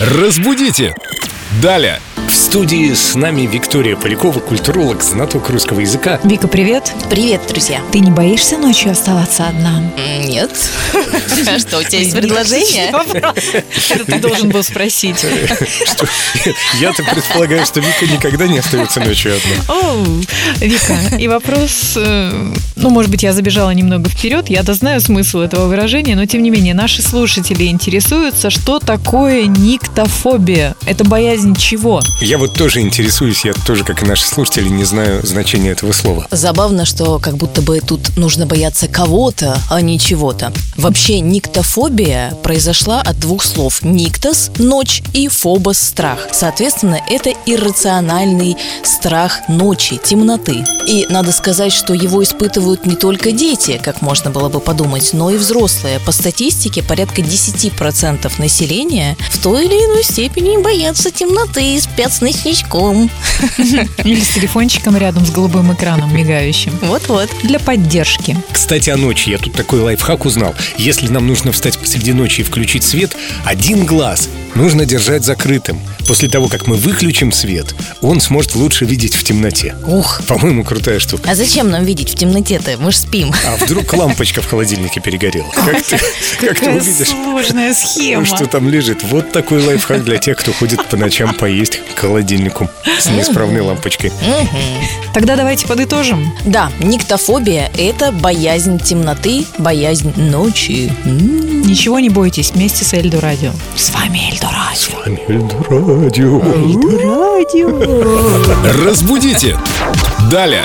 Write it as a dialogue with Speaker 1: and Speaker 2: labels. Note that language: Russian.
Speaker 1: Разбудите! Далее! В студии с нами Виктория Полякова, культуролог, знаток русского языка.
Speaker 2: Вика, привет.
Speaker 3: Привет, друзья.
Speaker 2: Ты не боишься ночью оставаться одна?
Speaker 3: Нет. А Что, у тебя есть предложение?
Speaker 2: Это ты должен был спросить.
Speaker 1: Что- Я-то предполагаю, что Вика никогда не остается ночью одна.
Speaker 2: О, Вика, и вопрос, э, ну, может быть, я забежала немного вперед, я-то знаю смысл этого выражения, но, тем не менее, наши слушатели интересуются, что такое никтофобия? Это боязнь чего?
Speaker 1: Я вот тоже интересуюсь, я тоже, как и наши слушатели, не знаю значения этого слова.
Speaker 3: Забавно, что как будто бы тут нужно бояться кого-то, а не чего-то. Вообще, никтофобия произошла от двух слов «никтос» – ночь и «фобос» – страх. Соответственно, это иррациональный страх ночи, темноты. И надо сказать, что его испытывают не только дети, как можно было бы подумать, но и взрослые. По статистике, порядка 10% населения в той или иной степени боятся темноты и спят с ночничком.
Speaker 2: Или с телефончиком рядом с голубым экраном мигающим?
Speaker 3: Вот-вот.
Speaker 2: Для поддержки.
Speaker 1: Кстати, о ночи. Я тут такой лайфхак узнал. Если нам нужно встать посреди ночи и включить свет, один глаз нужно держать закрытым. После того, как мы выключим свет, он сможет лучше видеть в темноте.
Speaker 3: Ух,
Speaker 1: По-моему, крутая штука.
Speaker 3: А зачем нам видеть в темноте-то? Мы ж спим.
Speaker 1: А вдруг лампочка в холодильнике перегорела? Как ты, как ты
Speaker 2: Какая
Speaker 1: А увидишь,
Speaker 2: сложная схема.
Speaker 1: что там лежит? Вот такой лайфхак для тех, кто ходит по ночам поесть к холодильнику с неисправной лампочкой.
Speaker 2: Тогда давайте подытожим.
Speaker 3: Да, никтофобия – это боязнь темноты, боязнь ночи. М.
Speaker 2: Ничего не бойтесь, вместе с Эльдо Радио. С вами Эльдо Радио.
Speaker 1: Эльдо радио.
Speaker 2: Эльдо Радио.
Speaker 1: Разбудите! Далее!